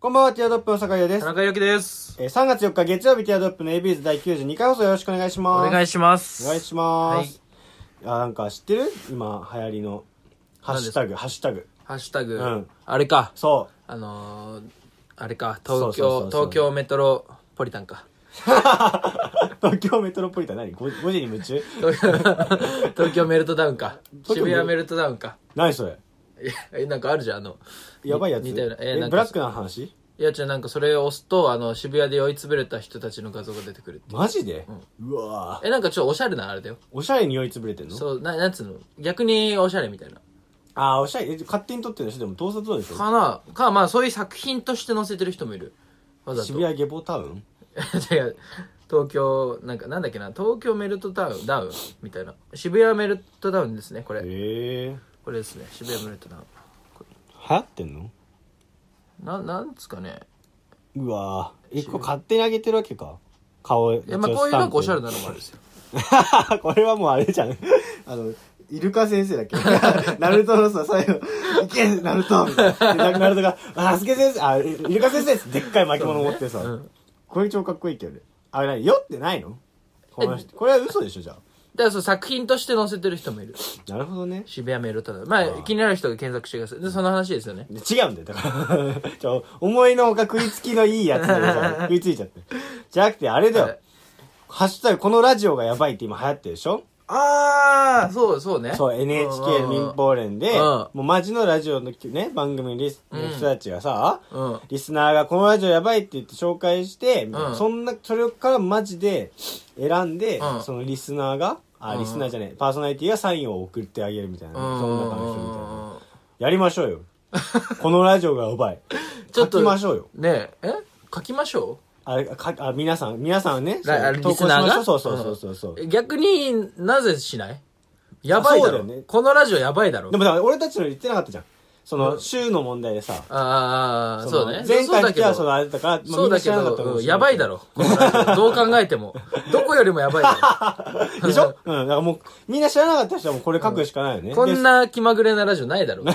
こんばんは、ティアドロップの酒井です田。中裕樹です。えー3月4日月曜日、ティアドロップの ABs 第92回放送よろしくお願いしおます。願いししま。ますお願いします。あ、なんか知ってる今流行りの、ハッシュタグ、ハッシュタグ。ハッシュタグ、うんあれか、そあのー、あれか、そう東そうそうそう京、東京メトロポリタンか。う。 東京メトロポリタン何 5, 時に夢中東京 東京メルトダウンか。東京メ渋谷メルトダウンか。何それいやえ、なんかあるじゃん、あの、やばいやつ。似たようなえーえなんかブラックな話いや、じゃなんかそれを押すと、あの、渋谷で追い潰れた人たちの画像が出てくるって。マジで、うわぁ。え、なんかちょっとおしゃれなあれだよ。おしゃれに酔いつぶれてんのそう、な、なんつうの逆におしゃれみたいな。あー、おしゃれ、え勝手に撮ってるでしょでも盗撮なんでしょかなか、まあそういう作品として載せてる人もいる。わざと。渋谷ゲボタウン 違う東京なんかなんだっけな東京メルトダウンダウンみたいな渋谷メルトダウンですねこれええー。これですね渋谷メルトダウンこ流行ってんのれななんですかねうわぁ。え、これ勝手にあげてるわけか顔、いやまあこういうなんかおしゃれななのもあるんですよ これはもうあれじゃん。あの、イルカ先生だっけ ナルトのさ、最後、いけナルトみたいな。で ナナルトが、あ、スケ先生、あ、イルカ先生ですでっかい巻物持ってさ。これ超かっこいいけどね。あれ何酔ってないのこの人。これは嘘でしょ、じゃあ。だからそう作品として載せてる人もいるなるほどね。渋谷メルトダウンまあ気になる人が検索してくださいでその話ですよねで違うんだよ、だから。 ちょ、思いのほか食いつきのいいやつだけどさ食いついちゃって。じゃなくて、あれだはよい。ハッシュタグ、このラジオがやばいって今流行ってるでしょああそうそうねそう、NHK 民放連で、うんもうマジのラジオのね、番組のリス、うん人たちがさ、うんリスナーがこのラジオやばいって言って紹介して、みたいなうんそんな、それからマジで選んで、うんそのリスナーが、あ、うんリスナーじゃねえ、パーソナリティがサインを送ってあげるみたいな、うその中の人みたいな。んやりましょう よ。このラジオがやばい。ちょっと書きましょうよ。ねええ書きましょあ、かあ皆さん、皆さんはね、うらあそうリスナーがそうそうそうそうそう。うん逆になぜしないやばいだそうろだよねこのラジオやばいだろでもだから俺たちの言ってなかったじゃん。その、週の問題でさ、ああ、そうね。前そう回のだけ時どはそのあれだから、まあ、そみうんなだ知けらなかっどたかもうんしれやなばいいだろ。このラジオどう考えても。どこよりもやばいだでしょうん。だからもう、みんな知らなかった人はもうこれ書くしかないよね。ろ。こんな気まぐれなラジオな いだろ。ね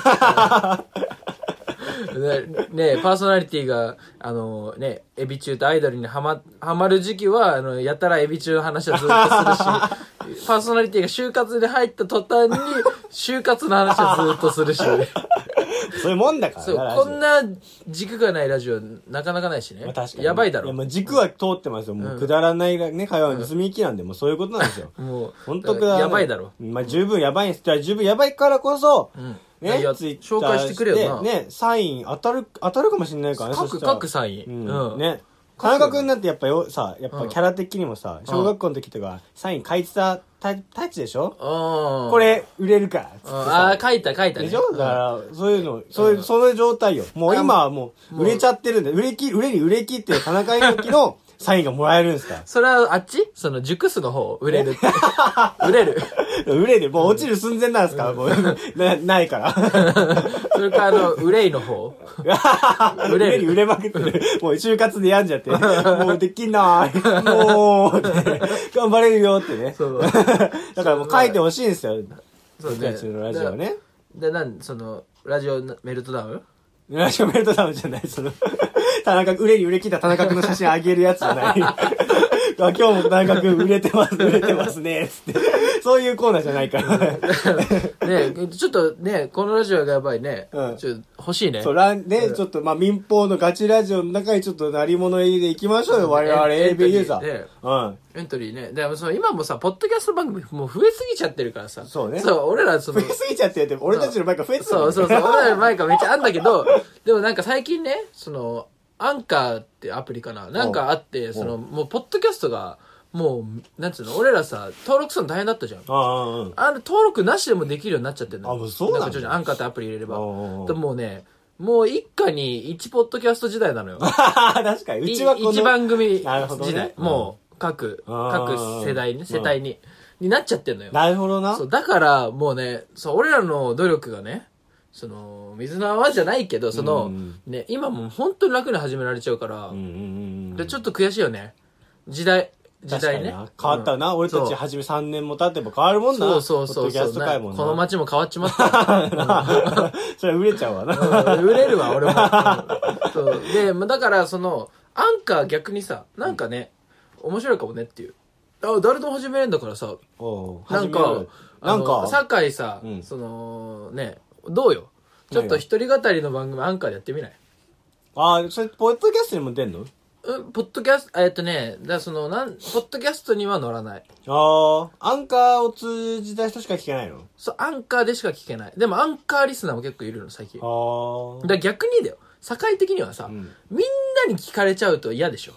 ねパーソナリティが、あのね、エビ中とアイドルにはま、はまる時期は、あの、やたらエビ中の話はずっ とするし、パーソナリティが就活で入った途端に、就活の話はずっと するし、でそういうもんだからそう、ラジオこんな軸がないラジオ、なかなかないしね。まあ確かに。やばいだろや、。まあ軸は通ってますよ。もうくだらないね、会話の盗み行きなんで、もうそういうことなんですよ。もう、本当くだらない。やばいだろ。。まあ十分やばいんです。じゃあ十分やばいからこそ、うん。ね、いやツイッター紹介してくれよな。ね、サイン当たる、当たるかもしれないからね。各、そしたら各サイン。ううんん。ね。書田くよね中君なんてやっぱよ、さ、やっぱキャラ的にもさ、ん小学校の時とか、サイン書いてたタタイプでしょうん。こ、れ、売れるから、つってうん、あさあ、。書いた書いたね。でしょだから、そういうの、そういう、その状態よ。もう今はもう、売れちゃってるんで、売れき、売れに売れきってる田中裕樹 のサインがもらえるんですかそれはあっちその、熟すの方、売れるって。売れる。ら。売れで、もう落ちる寸前なんですから、もう、なないから。それか、あの、憂いの方。売 売れるれに売れまくってる。もう就活で病んじゃ って、もうできない。もう、って頑張れるよってね。そう。だからもう書いてほしいんですよ。 そう僕たちのラジオ。ね。で、なん、その、ラジオメルトダウンラジオメルトダウンじゃない、その、 田中、売れに売れ切った田中君の写真あげるやつじゃない。 あ今日も田中君売れてます、売れてますね、つって。そういうコーナーじゃないから。ねちょっとね、このラジオがやばいね。うんちょっと欲しいね。そう、ラン、ね、ちょっと、まあ、民放のガチラジオの中にちょっと鳴り物入りで行きましょうよ、我々エント AB リーユーザでー。うん。エントリーね。でもその今もさ、ポッドキャスト番組もう増えすぎちゃってるからさ。そうねそう、俺らそ増のえ、すぎちゃってて、俺たちの前から増えてた そもんうねそうそう、俺らの前からめっちゃあんだけど、でもなんか最近ね、その、アンカーってアプリかななんかあって、その、もうポッドキャストが、もう、なんつうの、俺らさ、登録するの大変だったじゃん。ああ、 うん。あの、登録なしでもできるようになっちゃってんのよあもうそうなんだか徐々にアンカーってアプリ入れれば。おうおうおうでもうね、もう一家に一ポッドキャスト時代な のよ。確かに。う一ちはこの。番組時なるほどね代。もう、各、あー各世代うんね、世帯に、になっちゃってんのよ。なるほどなそ。う、だから、もうね、そう、俺らの努力がね、その、水の泡じゃないけど、その、うんね、今もう本当に楽に始められちゃうから、うんうんうんうん。で、ちょっと悔しいよね。時代、時代ね確かにな変わったな、うん俺たち初め3年も経っても変わるもんなそうそうそうポッドキそャスうト界もななこの街も変わっちまった、 それは売れちゃうわな、うん、売れるわ 俺も、うんそうでまあだからそのアンカー逆にさなんかね、面白いかもねっていうあ誰でも始めれんだからさおうなん始めかる、なんあのか、酒井さ、うんその、ね、どうよ。ちょっと一人語りの番組アンカーでやってみないああ、それ、ポッドキャストにも出んのうん、ポッドキャスト、えっとね、だからその、なん、ポッドキャストには乗らない。ああ、アンカーを通じた人しか聞けないのそう、アンカーでしか聞けない。でもアンカーリスナーも結構いるの、最近。だかあら逆にだよ。社会的にはさ、あ。うん。みんなに聞かれちゃうと嫌で しょ。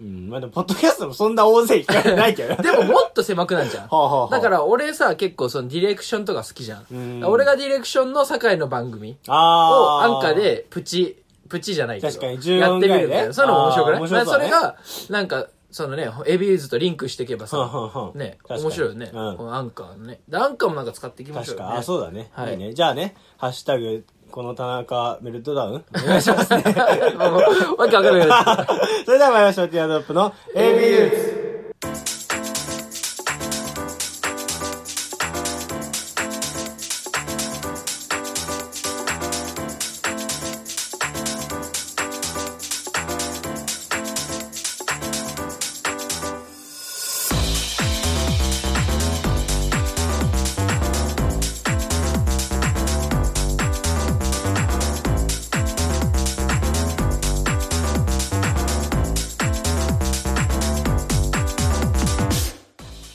うん。まあ、でも、ポッドキャストもそんな大勢聞かれてないけど。でももっと狭くなるじゃん。はあはあはあだから俺さ、結構そのディレクションとか好きじゃうんん。俺がディレクションの酒井の番組。をああ。アンカー。でプチ、プチじゃないけど。確かに14やってみるぐらいみたいねな。そういうの面白くないあー面白そうそだねれが、なんか、そのね、エビューズとリンクしていけばうんうんさう、んね、確かに面白いよね。うこんのアンカーのね。でアンカーもなんか使っていきましょ確うよか、ね。あ、そうだね。はいいいね。じゃあね、ハッシュタグ、この田中メルトダウンお願いしますね。もう わけわかんないや それでは参りましょう、ティアドロップの ABU。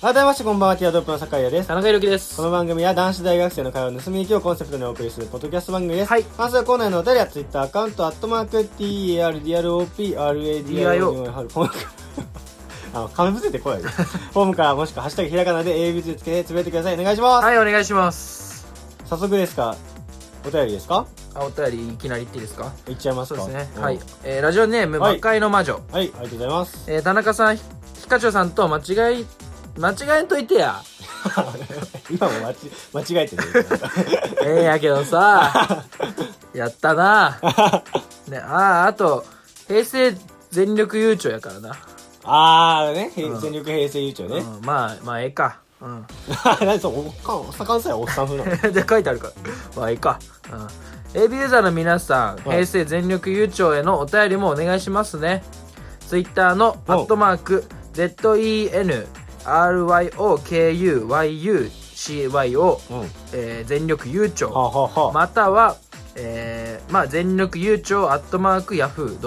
改めまして、こんばんは、ティアドロップの酒井優でつ。す。田中裕樹で すこ。の番組は男子大学生の会話を盗み聞きをコンセプトにお送りするポッドキャスト番組です。はいまずはコーナーのお便りは Twitter アカウント、アットマーク、TERDROPRADIO。フォーム あの、噛み伏せてこないで。フォームからもしくはハッシュタグひらがなで ABZ つけてつぶやいてください。お願いします。はい、お願いします。早速ですか、お便りですかあ、お便りいきなり言っていいですかいっちゃいますそうかですね。んはい。えーラジオネーム、はい魔界の魔女。はい、ありがとうございます。 えー田中さん、ひひかちょさんと間違い、間違えんといてや。今も間ち間違えてる。ええやけ どさ、やったな。ね、ああ、あと、平成全力悠長やからな。あーね、へい全力平成優長ね。うん、まあ、まあ、ええか。うん。 何そう、おっかん、おっさかんさいおっさん風なの。で、書いてあるから。まあ、ええか。うん。AB ユーザーの皆さん、はい平成全力悠長へのお便りもお願いしますね。Twitter の、おアットマーク、ZENRYOKUYUCYO、うん。はえー全力悠長。あ、 はあはあ。または、えーまあ、全力悠長アットマークヤフ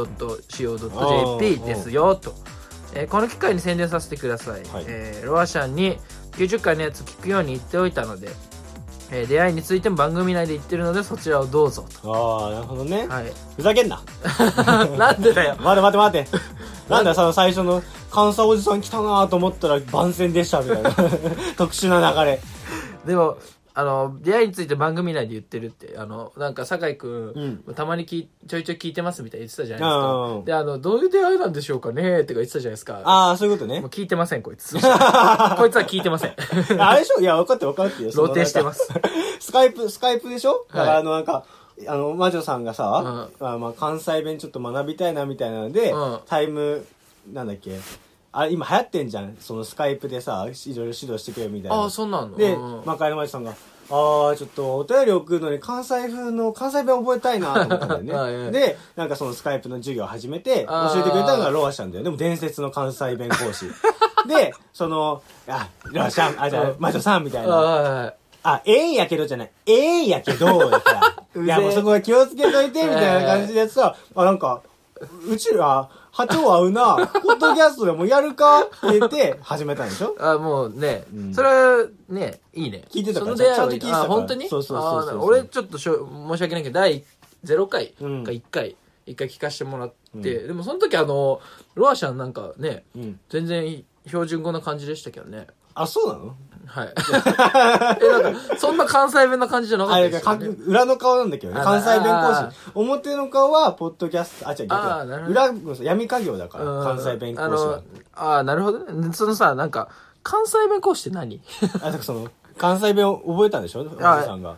ー .co.jp ですよと、えーこの機会に宣伝させてください、はいえーロアシャンに90回のやつ聞くように言っておいたので、えー出会いについても番組内で言ってるのでそちらをどうぞああ、なるほどねと、。 はい、ふざけんな。なんでだよ待て待て待 て。なんだよその最初の関西おじさん来たなと思ったら番宣でしたみたいな。 特殊な流れ。でもあの出会いについて番組内で言ってるってあのなんか酒井君、ん、たまにきちょいちょい聞いてますみたいに言ってたじゃないですうんうんうかんであのどういう出会いなんでしょうかねってか言ってたじゃないですかああ、そういうことね もう。聞いてません、こいつ。こいつは聞いてませ ん。 あれでしょいや、分かって分かってよ。。露呈してますす。スカイプ、スカイプでしょだかはらいあの、なんか、あの、魔女さんがさ、あまあ関西弁ちょっと学びたいなみたいなのでうん、タイム、なんだっけ。あれ、今流行ってんじゃん。そのスカイプでさ、いろいろ指導してくれよみたいな。ああ、そんなんので、うん魔界の魔女さんが、ああ、ちょっとお便り送るのに関西風の、関西弁覚えたいなと思った んだはよいはね。いで、なんかそのスカイプの授業を始めて、あー教えてくれたのがロアシャンだよね。でも伝説の関西弁講 師。で、その、あ、ロアシャン、あ、じゃあう、ん魔女さんみたいな。ああ、ええんやけどじゃない。ええんやけど、だか うら。ぜいや、もうそこは気をつけといて、みたいな感じでやってさ、あ、なんか、うちは、波長合うな、ポッドキャストでもやるかって言って、始めたんでしょあ、ああもうねうん、それはね、いいね。聞いてたからその出会ちゃんと聞いいてたからはあ、本当にそうそうそうそうあ俺ちょっとしょ申し訳ないけど、第0回かうん1回、1回聞かせてもらっうんて、でもその時あの、ロアシャンなんかね、うん。全然標準語な感じでしたけどね。あ、そうなの はい。え、なんか、そんな関西弁な感じじゃなかっあたれがですよね。裏の顔なんだけどね。あ関西弁あ講師。表の顔は、ポッドキャスト、あ、違う、逆あーなるだ。裏、ほどごめんなさい闇家業だから、うん関西弁講師あはの。あーなるほどねそのさなんか関西弁講師って何 あ、だからその、関西弁を覚えたんでしょおじさんが。あ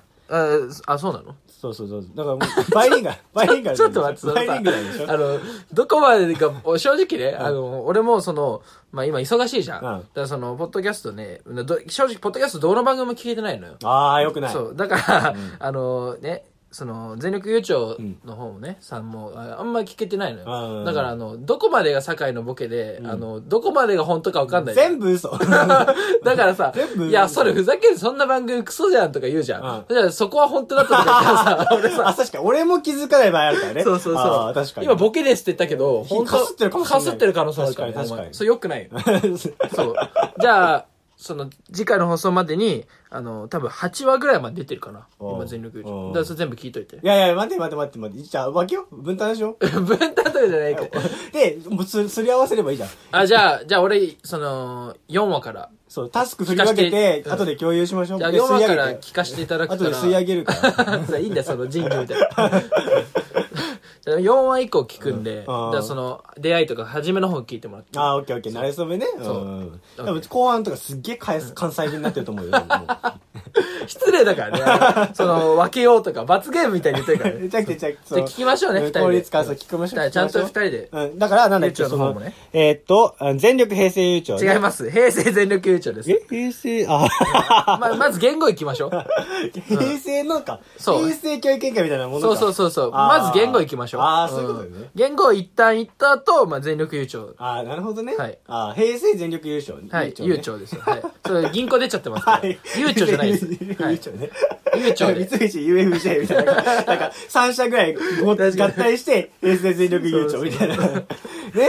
ああ、そうなのそうそうそう。だからもう、バイリンガル。バイリンガル。 ちょっと待って、そのバイさリンガルでしょ。あの、どこまでか、お正直ね、あの、俺もその、まあ今忙しいじゃん。うんだからその、ポッドキャストね、ど正直、ポッドキャストどの番組も聞いてないのよ。ああ、よくない。そう。だから、あのね、その、全力悠長の方もね、さんも、ああんま聞けてないのうよ。んだから、あの、どこまでが堺のボケで、あの、どこまでが本当かわかんない。全部 嘘。だからさ全、部いや、それふざける、そんな番組クソじゃんとか言うじゃうんん。じゃあそこは本当だったとか言ったら さ、俺さ、あ、確かに。俺も気づかない場合あるからね。そうそうあそあう。確かに。今ボケですって言ったけど、火本当かすってるかもしれないかすってる可能性あるから、ね。確かに確かにお前それ良くないよ。そう。じゃあ、その、次回の放送までに、あの、多分8話ぐらいまで出てるかな。おう今全力優おう勝。だからそれ全部聞いといて い。やいや、待って待って待って待って。じゃあ、分けよう。分担しよう。分担とかじゃないか。 で、もうすすり合わせればいいじゃん。あ、じゃあ、じゃあ俺、その、4話から。そう、タスク振り分けて、聞かせてうん後で共有しましょう。じゃあで4話吸い上かげらて聞かせていただく後かでら。吸い上げるから。 そういいんだよ、その人魚 みたいな。じゃあ4話以降聞くんで、じあーゃあその、出会いとか初めの方聞いてもらって。あー、オッケーオッケー。慣れ初めね。う。そうん多オッ分ケー後半とかすっげえ関関西弁になってると思うよ。も う失礼だからね。 その、分けようとか、罰ゲームみたいに言ってるからね。めちゃくちゃめちゃくちじゃあ聞きましょうね、二人で。効率化、そう、聞きましょだからう。ちゃんと二聞きましょう人で。うん、だから、なんだっけ、悠長その方のもね、えーっと、あ全力平成悠長ね。違います。平成全力優勝です。え、平成、あ、ま、まず言語いきましょう。平成のか。そう平成教育委員会みたいなものそか。うそうう。そうそう。あーまず言語いきましょう。あーそういうことだよねん言語一旦言った後、まあ、全力優勝。あー、なるほどね。はいあー平成全力優勝。はい、ね悠長ですよ。はい。それ銀行出ちゃってますから。はい悠長じゃな いです。は悠い長ね。悠長で三菱 UFJ みたいな。なんか、3社ぐらいご合確かに体して、平成全力悠長みたいな。ね、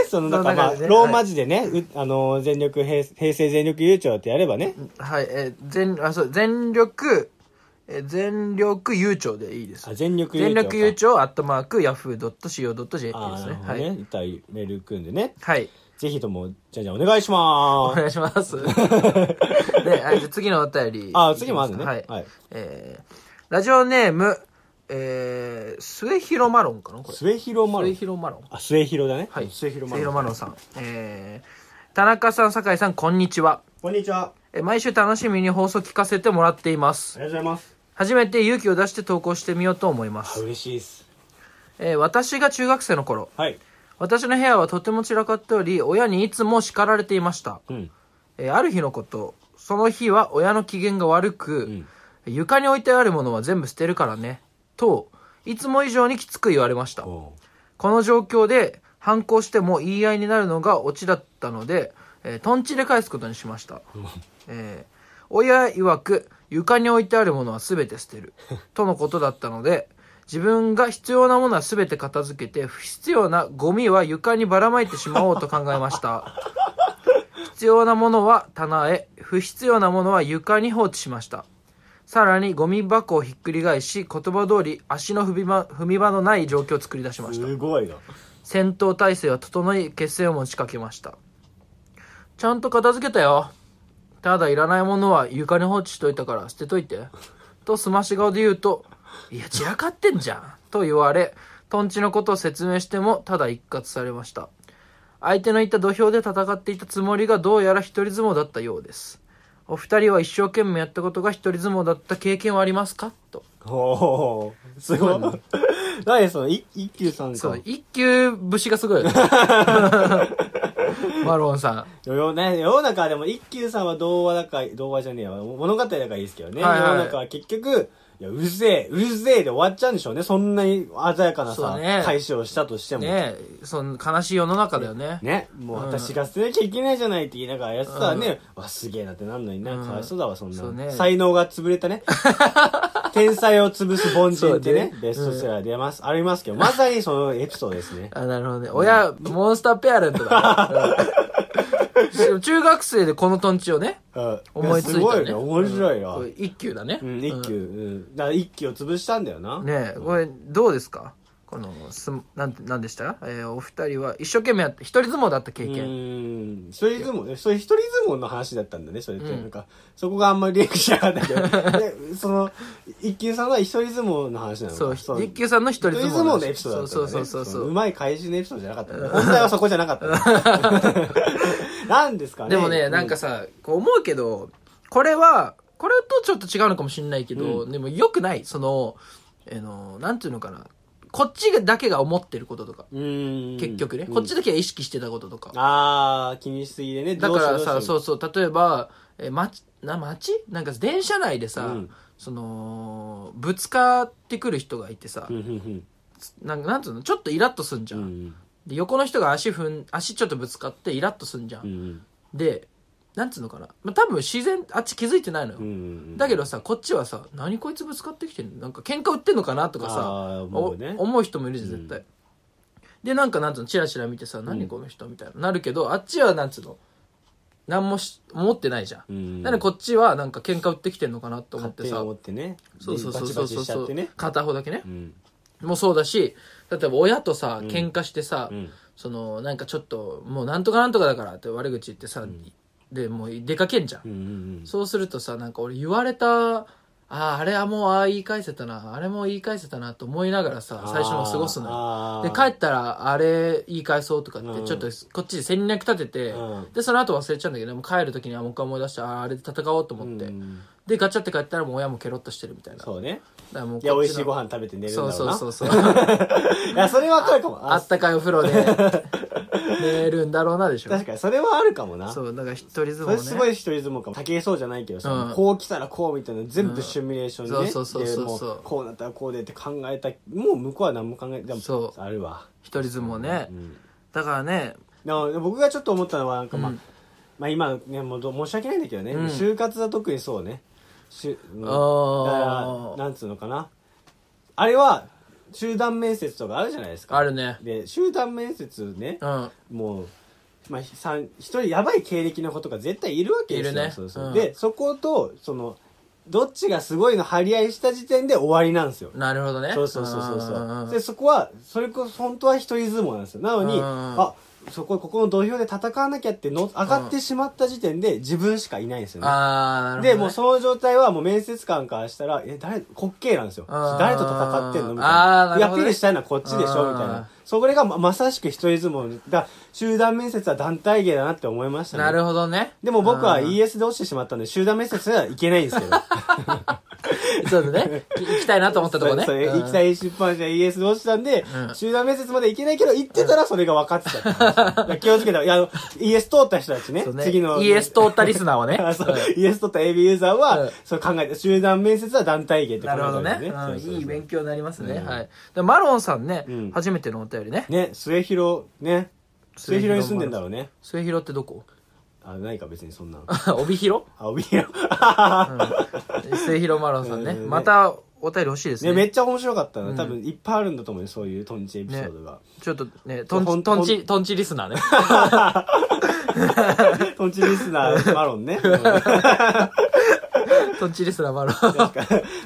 その、なんかまその中あ、でねローマ字でね、うあのー、全力平、平成全力悠長ってやればね。はい、えー全、あ、そう、全力、えー全力悠長でいいですあ、。全力悠全長か。力悠長、アットマーク、ヤフー .co.jp あでーすなるね。ほどはね。い。一体メール組んでね。はい。ぜひとも、じゃあじゃあお願いしまーおす。願いし ます。ね、はい、じゃあ次のお便り。あ、次もあるね。はい。はい。えー、ラジオネーム、えー、末広マロンかなこれ。末広マロ末ン。広マロン。あ、末広だね。はい。末広マ末ロン。マロンさん。えー、田中さん、酒井さん、こんにちは。こんにちは。えー毎週楽しみに放送聞かせてもらっていまあす。りがとうございます。初めて勇気を出して投稿してみようと思いまあ、す。嬉しいです。えー私が中学生の頃、はい。私の部屋はとても散らかっており、親にいつも叱られていました。うん。えーある日のこと、その日は親の機嫌が悪く、床に置いてあるものは全部捨てるからね、と、いつも以上にきつく言われました。おうこの状況で反抗しても言い合いになるのがオチだったので、えー、トンチで返すことにしました。えー親曰く床に置いてあるものは全て捨てるとのことだったので、自分が必要なものは全て片付けて、不必要なゴミは床にばらまいてしまおうと考えました。必要なものは棚へ、不必要なものは床に放置しました。さらにゴミ箱をひっくり返し、言葉通り足の踏み場踏み場のない状況を作り出しました。すごいな。戦闘態勢は整い決戦を持ちかけましたちゃんと片付けたよただいらないものは床に放置しといたから捨てといてとすまし顔で言うと「いや散らかってんじゃん」と言われトンチのことを説明してもただ一括されました相手の言った土俵で戦っていたつもりがどうやら一人相撲だったようですお二人は一生懸命やったことが一人相撲だった経験はありますかとおー、すごいな。何その、い一休さんか。そう、一級節が すごいよね。マロンさ世,、ね、世の中はでも一休さんは童話だか、童話じゃねえや、物語だからいいですけどね。はいはい世の中は結局、いや、うるせえ、うるせえで終わっちゃうんでしょうね。そんなに鮮やかなそさ、うね解消したとしてん。も。ねえ、その悲しい世の中だよね。ね、もううん私が捨てなきゃいけないじゃないって言いながらやってたらね、わ、すげえなってなんのにね、うんかわいそうだわ、そんな。そうね才能が潰れ たね。天才を潰す凡人ってねそうね、。ベストセラー出ます、ありますけど、まさにそのエピソードですねあ、なるほどね。親、モンスターペアレントだ、ねうん中学生でこのトンチをね、うん思いついた、ね。すごいね、面白いうんよこれ。一級だね。うん、一級、うん。だから一級を潰したんだよな。ねえ、これ、どうですかこの、す、なんて、なんでしたえーお二人は一生懸命やって、一人相撲だった経う験。ーん。それ相撲、それ一人相撲の話だったんだね、それって。うんなんか、そこがあんまりリンクしなかったけど。 で、その、一級さんは一人相撲の話なのか。そう、う一級さんの一人一相人撲相の撲話のエピソードだったそんうだねそうそうそうう。まい怪人のエピソードじゃなかったね。本題はそこじゃなか ったね。なんですかね。でもね、なんかさ、こう思うけど、これは、これとちょっと違うのかもしれないけど、でも良くない。その、えの、なんていうのかな。こっちだけが思ってることとか、うん結局ね、うんこっちだけが意識してたこととか。ああ気にしすぎでねだかどらさ、そうしようどうしようそう、例えば、え、町、な、町なんか電車内でさ、うんその、ぶつかってくる人がいてさうう、んうんなんかなんつうの、ちょっとイラッとすんじうゃん。んで、横の人が足踏ん、足ちょっとぶつかってイラッとすんじゃうん。んうんで、なんつうのかな。まあ、多分自然、あっち気づいてないのよ。うんうんだけどさ、こっちはさ、何こいつぶつかってきてんのなんか喧嘩売ってんのかなとかあさー、思うねお思う人もいるじゃん、絶対。で、なんかなんつうの、チラチラ見てさ、何この人みたいな。なるけど、あっちはなんつうの、何もし、思ってないじゃん。うんなんでこっちはなんか喧嘩売ってきてんのかなと思っ勝手てにさ、思ってねそうそうそうでそバうチバチそうしちゃってね片方だけねう。んもうそうだし、例えば親とさ、喧嘩してさ、うんその、なんかちょっと、もうなんとかなんとかだからって悪口言ってさ、で、もう出かけんじゃんうんうんそうするとさ、なんか俺言われた、ああ、あれはもうああ言い返せたな、あれも言い返せたなと思いながらさ、最初の過ごすのよ。よで、帰ったら、あれ言い返そうとかってう、んちょっとこっちで戦略立てて、うんで、その後忘れちゃうんだけど、もう帰る時にはもう一回思い出して、ああ、あれで戦おうと思って。で、ガチャって帰ったらもう親もケロッとしてるみたいな。だかそうねらもうこっちいのや美味しいご飯食べて寝るんだそろううなそうそう うそう。そういやそれはわかるかもああったかいお風呂で寝るんだろうなでしょ確。かにそれはあるかもなそう、だから一人相それ撲すねご。い一人相撲かも竹そうじゃないけどさ、うんこう来たらこうみたいな全部シミュレーションで、うんねそうそうそうそうそうでもこうなったらこうでって考えたもう向こうは何も考えてもそうあるわ、一人相撲ねう。ん、だからね、なので僕がちょっと思ったのはなんかまあ、うんまあ今ねもうど申し訳ないんだけどね、うん就活は特にそうねしゅ、うん、だあーからなんつうのかなあれは集団面接とかあるじゃないですかあるね。で集団面接ねうん。もう、まあ、ひさん一人やばい経歴のことが絶対いるわけですよいるねそうそううんでそことそのどっちがすごいの張り合いした時点で終わりなんですよなるほどね。そうそうそうそうそんんんうでそこはそれこそ本当は一人相撲なんですよなのにうんあそこここの土俵で戦わなきゃっての上がってしまった時点で自分しかいないんですよねああ、なるほどね、でもうその状態はもう面接官からしたら「え誰滑稽なんですよあー誰と戦ってんの?」みたいあーなるほなどいねや「アピールしたいのはこっちでしあーょ」みたいなそれがままさしく一人相撲だから集団面接は団体芸だなって思いましたねなるほどね。でも僕はうん ES で落ちてしまったんで集団面接はいけないんですけどそうだ ね。き行きたいなと思ったとこね。そうそううん行きたい出版社 ES で落ちたんで、うん集団面接まで行けないけど行ってたらそれが分かってたって話、だから気をつけたいやあの ES 通った人たちねそうね。次の ES 通ったリスナーはね。あ そううんイエス取った AB ユーザーは、うんそう考えて集団面接は団体芸って考なえるほどたん。ねですうんそうそうそういい勉強になりますね。うんはい。でマロンさんね、うん初めてのお便りね。ね末広ね末広に住んでんだろうね末広ってどこ あないか別にそんなの帯広あ帯広末広マロンさんね。うんねまたお便り欲しいですねね。めっちゃ面白かったな多分いっぱいあるんだと思うよそういうトンチエピソード が、ちょっとね、とほんんとんち、とんちリス ナーね。トンチリスナーマロン ねうんとんちリスナーマ ロン。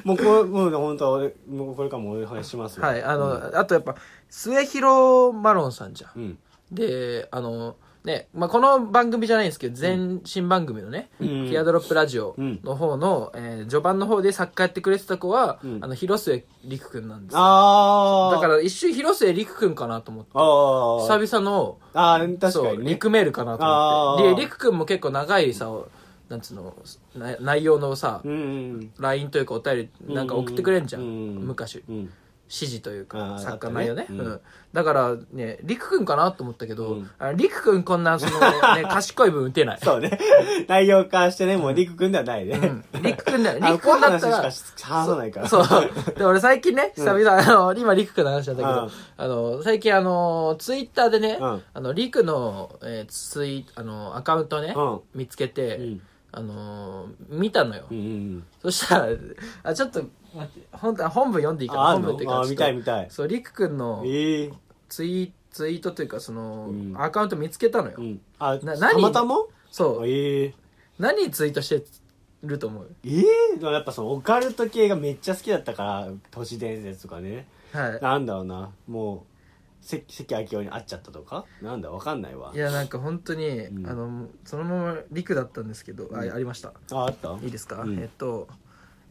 もうこれもう本当俺もうこれからもお話しますわはい。あの、あとやっぱ、末広マロンさんじゃんう。んで、あの、ね、まあ、この番組じゃないんですけど、前新番組のね、うんティアドロップラジオの方の、えー序盤の方で作家やってくれてた子は、うんあの、広末陸くんなんですよああだから一瞬広末陸くんかなと思って、あー久々の、あー確かそう、にね陸メールかなと思っあて。ーで、陸くんも結構長いさ、なんつうの、な内容のさ、うんうん、 LINE というかお便りなんか送ってくれんじゃん、う昔指うん示というあかー作家の内容ねあったねううんんだからねりくくんかなと思ったけど、うんありくくんこんなその、 ね、賢い分打てないそうね。 内容化してね、もう、りくくんではないね。うんりくくんだよ ありくくんだったこういうら話しか話さないから。そう。で、俺最近ね、久々、あの、今、りくくんの話なんだけうどん、あの、最近、あの、ツイッターでね、うんあの、りくの、えーツイ、あの、アカウントをね、うん見つけて、うんあの、見たのよ。うんうんそしたら、あ、ちょっと、待って本当は本文読んでいいかなああん本の文っていうか、ちょっあと見たい見たいそう、りくくんうのん。ええツイツイートというか、その、うんアカウント見つけたのよ。うん。あ、なた何またまそう。ええ何ツイートしてると思うええでもやっぱそのオカルト系がめっちゃ好きだったから、都市伝説とかね。はなんだろうな、もう、関関明夫に会っちゃったとかなんだ、わかんないわい。い。や、なんか本当に、うんあの、そのままりくだったんですけど、あ、ありました。あ、あったいいですか、うんえっと、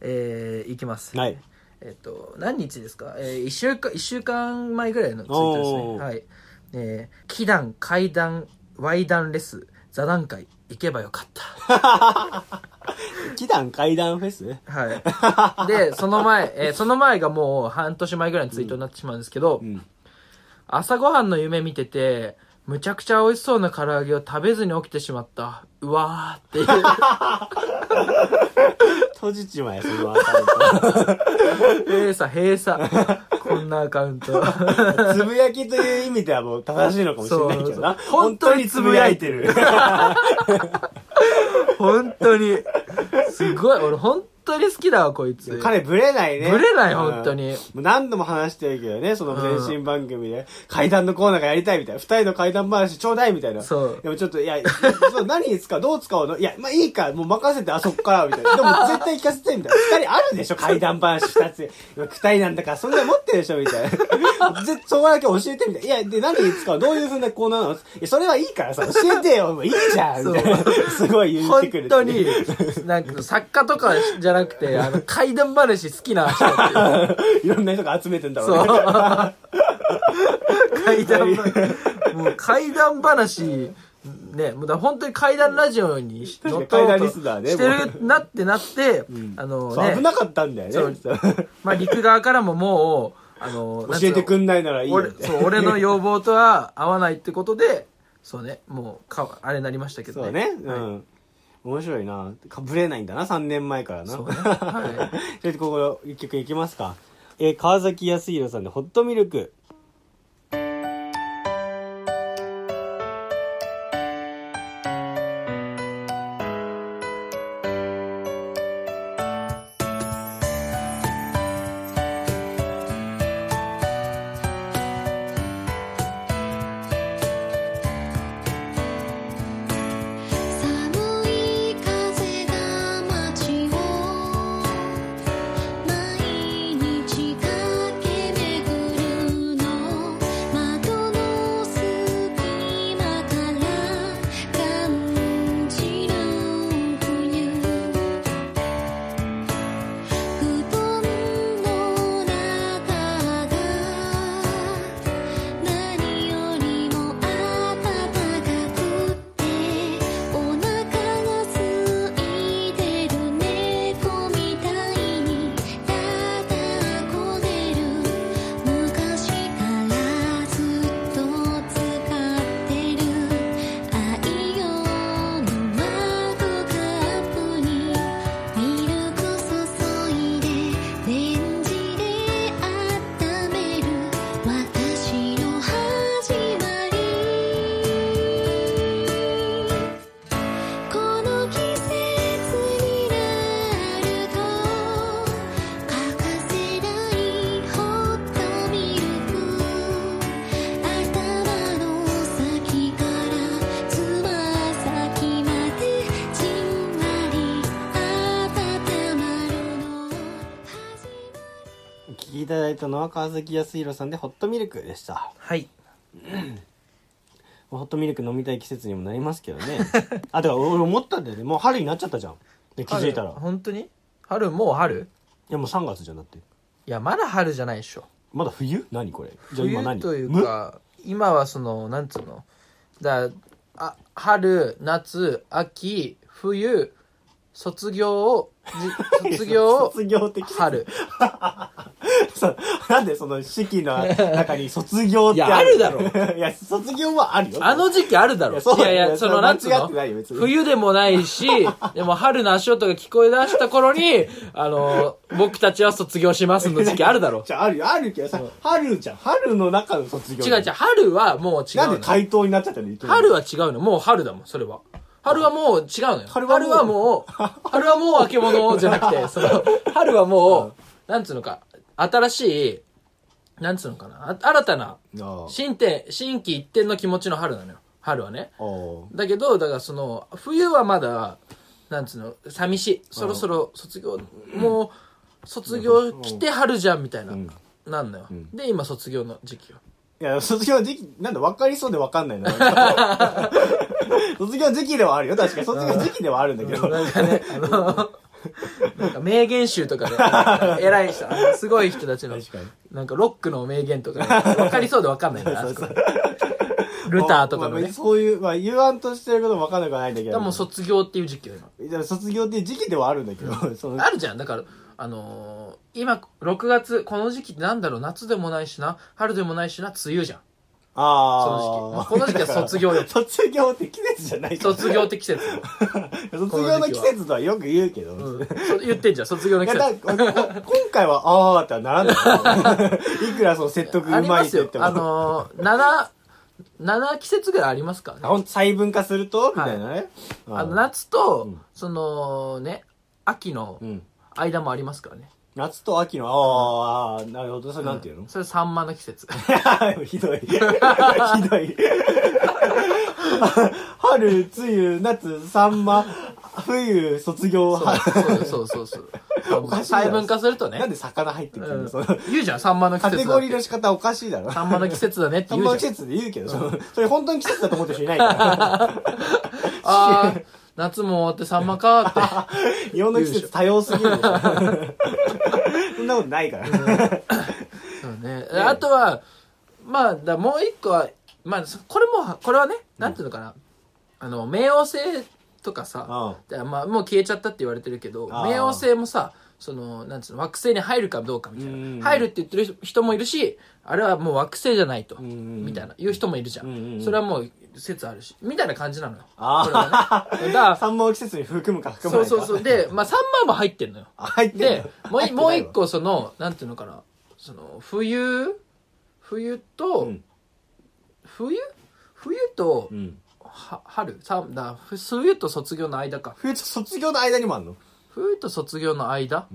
えー、いきます。はい。えっと、何日ですかえー、一週間、一週間前ぐらいのツイートですねお。ーはい。えー、祈願、階段、Y 段レス、座談会、行けばよかった。喜団階段フェス はい。で、その前、えーその前がもう半年前ぐらいのツイートになってしまうんですけど、ん朝ごはんの夢見てて、むちゃくちゃ美味しそうな唐揚げを食べずに起きてしまった。うわーっ ていう。閉じちまえ、そのアカ閉鎖、閉鎖。こんなアカウン ト。ウント つぶやきという意味ではもう正しいのかもしれないけどな。そう本当につぶやいてる。 本当に。すごい。俺本当に好きだわ、こいつ。彼ブレないね。ブレないうん本当にもう何度も話してるけどね、その前身番組で、階段のコーナーがやりたいみたいな、二人の階段話ちょうだいみたいな。そうでもちょっと、いや、 そう何に使うどう使うのいや、まあいいか、もう任せて、あそこから、み たいな。でも絶対聞かせて、みたいな。二人あるでしょ、階段話二つ。今、二人なんだから、そんなの持ってるでしょ、みたい な。ぜそこだけ教えて、みたいな。いや、で、何に使うどういうふうなコーナーなのいや、それはいいからさ、教えてよ、もういいじゃん、みたいな。すごい言っ本てくるって当いう。に、なんか作家とかじゃなくて、あの、怪談話好きな人ってい う。いろんな人が集めてんだろ うね。そう。怪談話、もう怪談話、ね、もうだから本当に怪談ラジオに乗っ取確かろに怪う談とリスナーねしてるなってなって、あのそうね危、なかったんだよね。そ教まあ陸側からももう、あ の、なんつうえのてくんないならいいよ俺って。そう俺の要望とは合わないってことで、そうね、もうか、あれになりましたけどそうね。ね。うん。面白いな。かぶれないんだな、3年前からな。 そうねはそれで、ここ、一曲いきますか。えー川崎康弘さんで、ホットミルク。寒い風が街を毎日駆け巡るの窓の隙間から感じる冬布団の中が何よりも暖かくてお腹が空いてる猫みたいにただこねる昔からずっと使ってる愛用のマグカップにミルク注いでレンジで温める私の始まりこの季節になると欠かせないホットミルク頭の先からつま先までじんわり温まるの初めお聴きいただいたのは、川崎康弘さんで、ホットミルクでした。はい。ホットミルク飲みたい季節にもなりますけど ね。あ、だから俺思ったんだよね。もう春になっちゃったじゃん。で気づいたら。春本当に春、もう春いや、もう3月じゃなくて。いや、まだ春じゃないでしょ。まだ冬何これ。じゃあ今冬何というか今はそのなんつうのだあ春夏秋冬卒業を じ卒業を卒業的春 そうなんでその式の中に卒業っていやあるだ ろ。いや、卒業はあるよ。あの時期あるだろいやそうだよいやいやそのなんつう間違のってないよ別に冬でもない しでも春の足音が聞こえ出した頃にあの僕たちは卒業しますの時期あるだろじゃあ、あるよ、あるけどさ、春じゃん。春の中の 卒業。違う違う春はもう違なんうでの回答になっちゃったのいきなり春は違うのもう春だもんそれは春はもう違うのよ春春はもうはもう 春はもうあけものじゃなくてそ の春はもうなんつうのか新しいなんつうのかなあ新たなああ新点新規一点の気持ちの春なのよ春はねおうだけどだからその冬はまだなんつうの寂しいそろそろ卒業もう卒業来て春じゃんみたいな、んなんのよ、で今卒業の時期よいや、卒業の時期、なんだ、分かりそうで分かん ないな。卒業時期ではあるよ、確かに。卒業時期ではあるんだけど。なんかね、あの、 なんか名言集とかで、なんか偉い人、あのすごい人たちの確かに、 なんかロックの名言とかね、わかりそうでわかんないんだよ、あそこ。ルターとかまのあまねあ。そういう、まあ、言わんとしてることも分かんなくはないんだけでど。もう卒業っていう時期よ、今。でも卒業っていう時期ではあるんだけど、そのあるじゃん。だから、あのー今、6月、この時期ってなんだろう、夏でもないしな、春でもないしな、梅雨じゃん。あそー。の時期。まあ、この時期は卒業よ卒業って季節じゃないから卒業って季節よ。卒業の季節とはよく言うけど、うん。そう言ってんじゃん、卒業のい季や節だ。からここ今回はああってはならないいくらその説得あうりままいっすて言っよ。てもあのー、7、7季節ぐらいありますからねあ。ほんと細分化するとみたいなね、うんあの夏と、うんそのね秋のうん、間もありますからね、夏と秋のあーあーなるほどそれなんていうの、それサンマの季 節ひどい ひどい 春梅雨夏サンマ冬卒業そうそうそうそうそうおかしいな細分化するとなんね、で魚入ってうきたの、んその、言うじゃんサンマの季カ節テだゴっリーのて仕方おかしいだろサンマの季節だねってサン言マうのじ季ゃん節で言うけど、そのそれ本当に季節だと思ってる人いない から。ああー夏も終わってサンマかーって日本の季節多様すぎ るでしょ。そんなことないから。そうねあとはまあだもう一個はまあそこれもこれはねなんていうのかな、あの冥王星とかさ、でまあ、もう消えちゃったって言われてるけどあー冥王星もさそのなんつうの惑星に入るかどうかみたいうんうんうんな入るって言ってる人人もいるしあれはもう惑星じゃないとんうんうんみたいな言う人もいるじゃうんうんうんんそれはもう説あるしみたいな感じなのよあーこれはねだから 三毛季節に含むか含まそうないか。そうそうでまあ3万も入っ てんのよあ入ってんのでもう入っいてもなうい一わ個そのなんていうのかなその冬冬と、うん冬冬と、うんは春さだ冬と卒業の間か冬と卒業の間にもあんの冬と卒業の間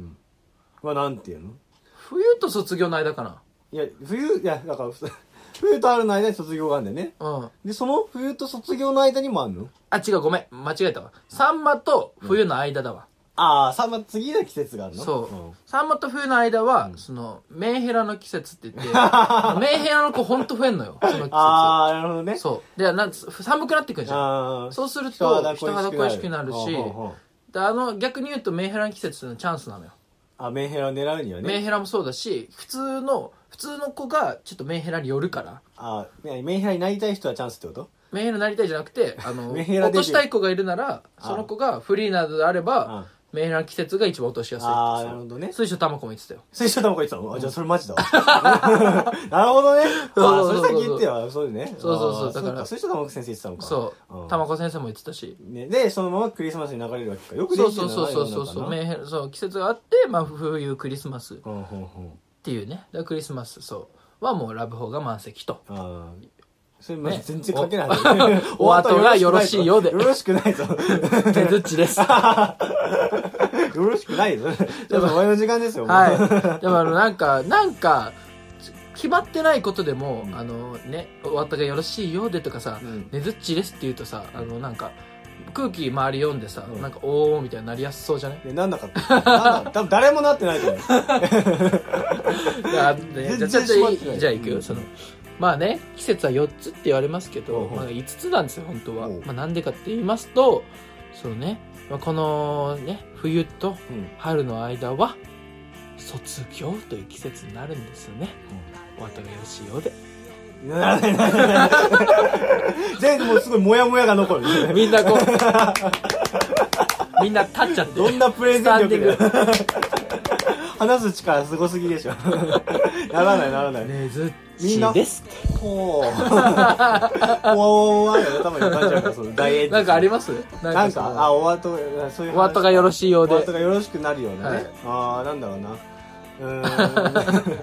はなんていうの冬と卒業の間かな。いや、冬、いや、だから、 冬と春の間に卒業があるんだよね。うん。で、その冬と卒業の間にもあんのあ、違う、ごめん。間違えたわ。サンマと冬の間だわ。ああ、さま、次の季節があるのそう。サンマと冬の間は、その、メンヘラの季節って言って、あのメンヘラの子ほんと増えんの よ。その季節。ああ、なるほどね。そう。で、なんつ寒くなってくるじゃん。ああ。そうする人と、肌人肌恋恋ししくくななるるほうし、ほうほであの、逆に言うとメンヘラの季節のチャンスなのよ。あ、メンヘラを狙うにはメンね。ヘラもそうだし、普通の、普通の子がちょっとメンヘラに寄るから、あメンヘラになりたい人はチャンスってことメンヘラになりたいじゃなくて、あ の、メンヘラデビュー落としたい子がいるなら、その子がフリーなどであれあ、ばメンヘラの季節が一番落としやすいってああ、そうなるほどね。水晶玉子も言ってたよ。水晶玉子言ってたのあ、じゃあそれマジだわ。 なるほどね。あそうそうそうそうそれ先言ってよ。そうだよね。そうそうそうあーだからっ水晶玉子先生言ってたのか。そう。玉玉子先生も言ってたし。ね、で、そのままクリスマスに流れるわけか。よくでそうきてそるうなそうそうそうそう。メンヘラ、そう、季節があって、まあ、冬、クリスマスっ世の中なうんうんうん。ていうね。だからクリスマス、そう。はもうラブホが満 席と。あーそれマジね全然関係ないね。お お後がよろしいようでよろしくないぞ。手ずっち です。はよろしくない ぞ。ちょっと前の時間ですよ。もうい。でも、あの、なんか、なんか、決まってないことでも、あのね、終わったがよろしいようでとかさ、うんねずっちですって言うとさ、あの、なんか、空気周り読んでさ、うんなんか、おーみたいになりやすそうじゃない いやなんなかった。なんな多分誰もなってないと思う。じゃあ、ね、じ全然ゃあちょっとい閉まっいてないじゃあ行くよ、うんそのまあね季節は4つって言われますけど、うんうんまあ、5つなんですよ本当は、うんまあ、なんでかって言いますとそのね、まあ、このね冬とうん春の間は卒業という季節になるんですよね、お後がよろしいようでななななな全部もうすごいモヤモヤが残る。みんな こうみんな立っちゃってどんなプレゼスンタン力ディングで話す力すごすぎでしょ。ならないならない。ねずっみんなちですほー。おわーよ、頭に浮かんじゃうから、その大エッジ なんかありますなんなんそか、のあ、おわと、そういう話。お後がよろしいようおわでとがよろしくなるようなね。はいあー、なんだろうな。うーん。 ね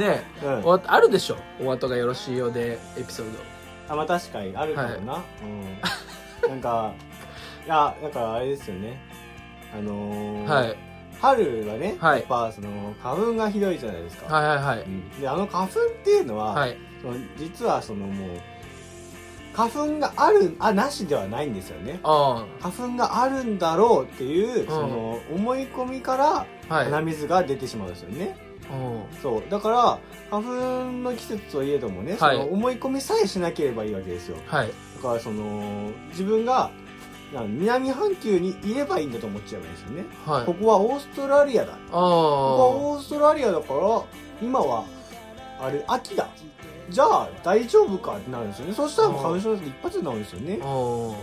え、 うんおあるでしょお後がよろしいようでエピソードあまあ確かにあるかもな、うんなんかいやだからあれですよねあのーはい、春はね、はいやっぱその花粉がひどいじゃないですか、はいはいはういんであの花粉っていうのは、はいその実はそのもう花粉があるあなしではないんですよねあ花粉があるんだろうっていう、んその思い込みからあはい鼻水が出てしまうんですよね、おうそうだから花粉の季節といえどもね、はいその思い込みさえしなければいいわけですよはいだからその自分がな南半球にいればいいんだと思っちゃえばいいんですよね、はいここはオーストラリアだここはあオーストラリアだから今はあれ秋だじゃあ大丈夫かってなるんですよねそしたらもう花粉症一発で治るんですよねお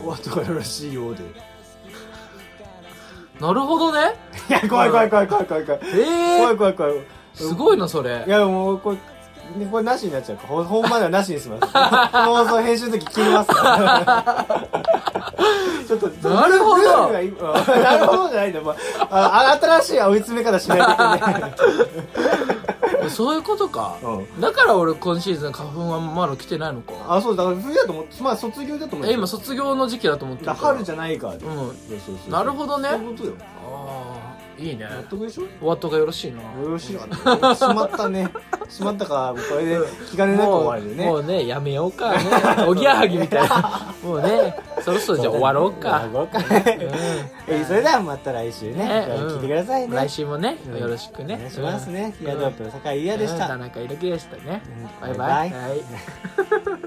お後がよろしいようでいなるほどねや 怖い怖い怖い怖い怖い怖いええ怖ー、い怖い怖いすごいなそれいやもうこれねこれなしになっちゃうからほほんまではなしにします 放送編集の時切りますから ちょっとちょっとなるほどルールが今 なるほどじゃないんだよ、まあ、あ新しい追い詰め方しないといけないそういうことか、うだから俺今シーズン花粉はまだ来てないのかあそうだから冬だと思ってまあ卒業だと思っえて今卒業の時期だと思ってだるから春じじゃないからゃうんそうそうそうなるほどねそういうことよああいいね納得で しょ終わったがよろしいなよろしいわねしまったねしまったからもうこれで気兼ねなく終わるよねもうねやめようかね おぎやはぎみた いなもうねそろそろじゃあ終わろうか終わろうかえ それではまた来週ねね聞いてくださいね来週もねうんよろしくねお願いしますねうんヒアドロップの酒井優也でしうんた田中裕樹でしたねうんバイバイバイバイはい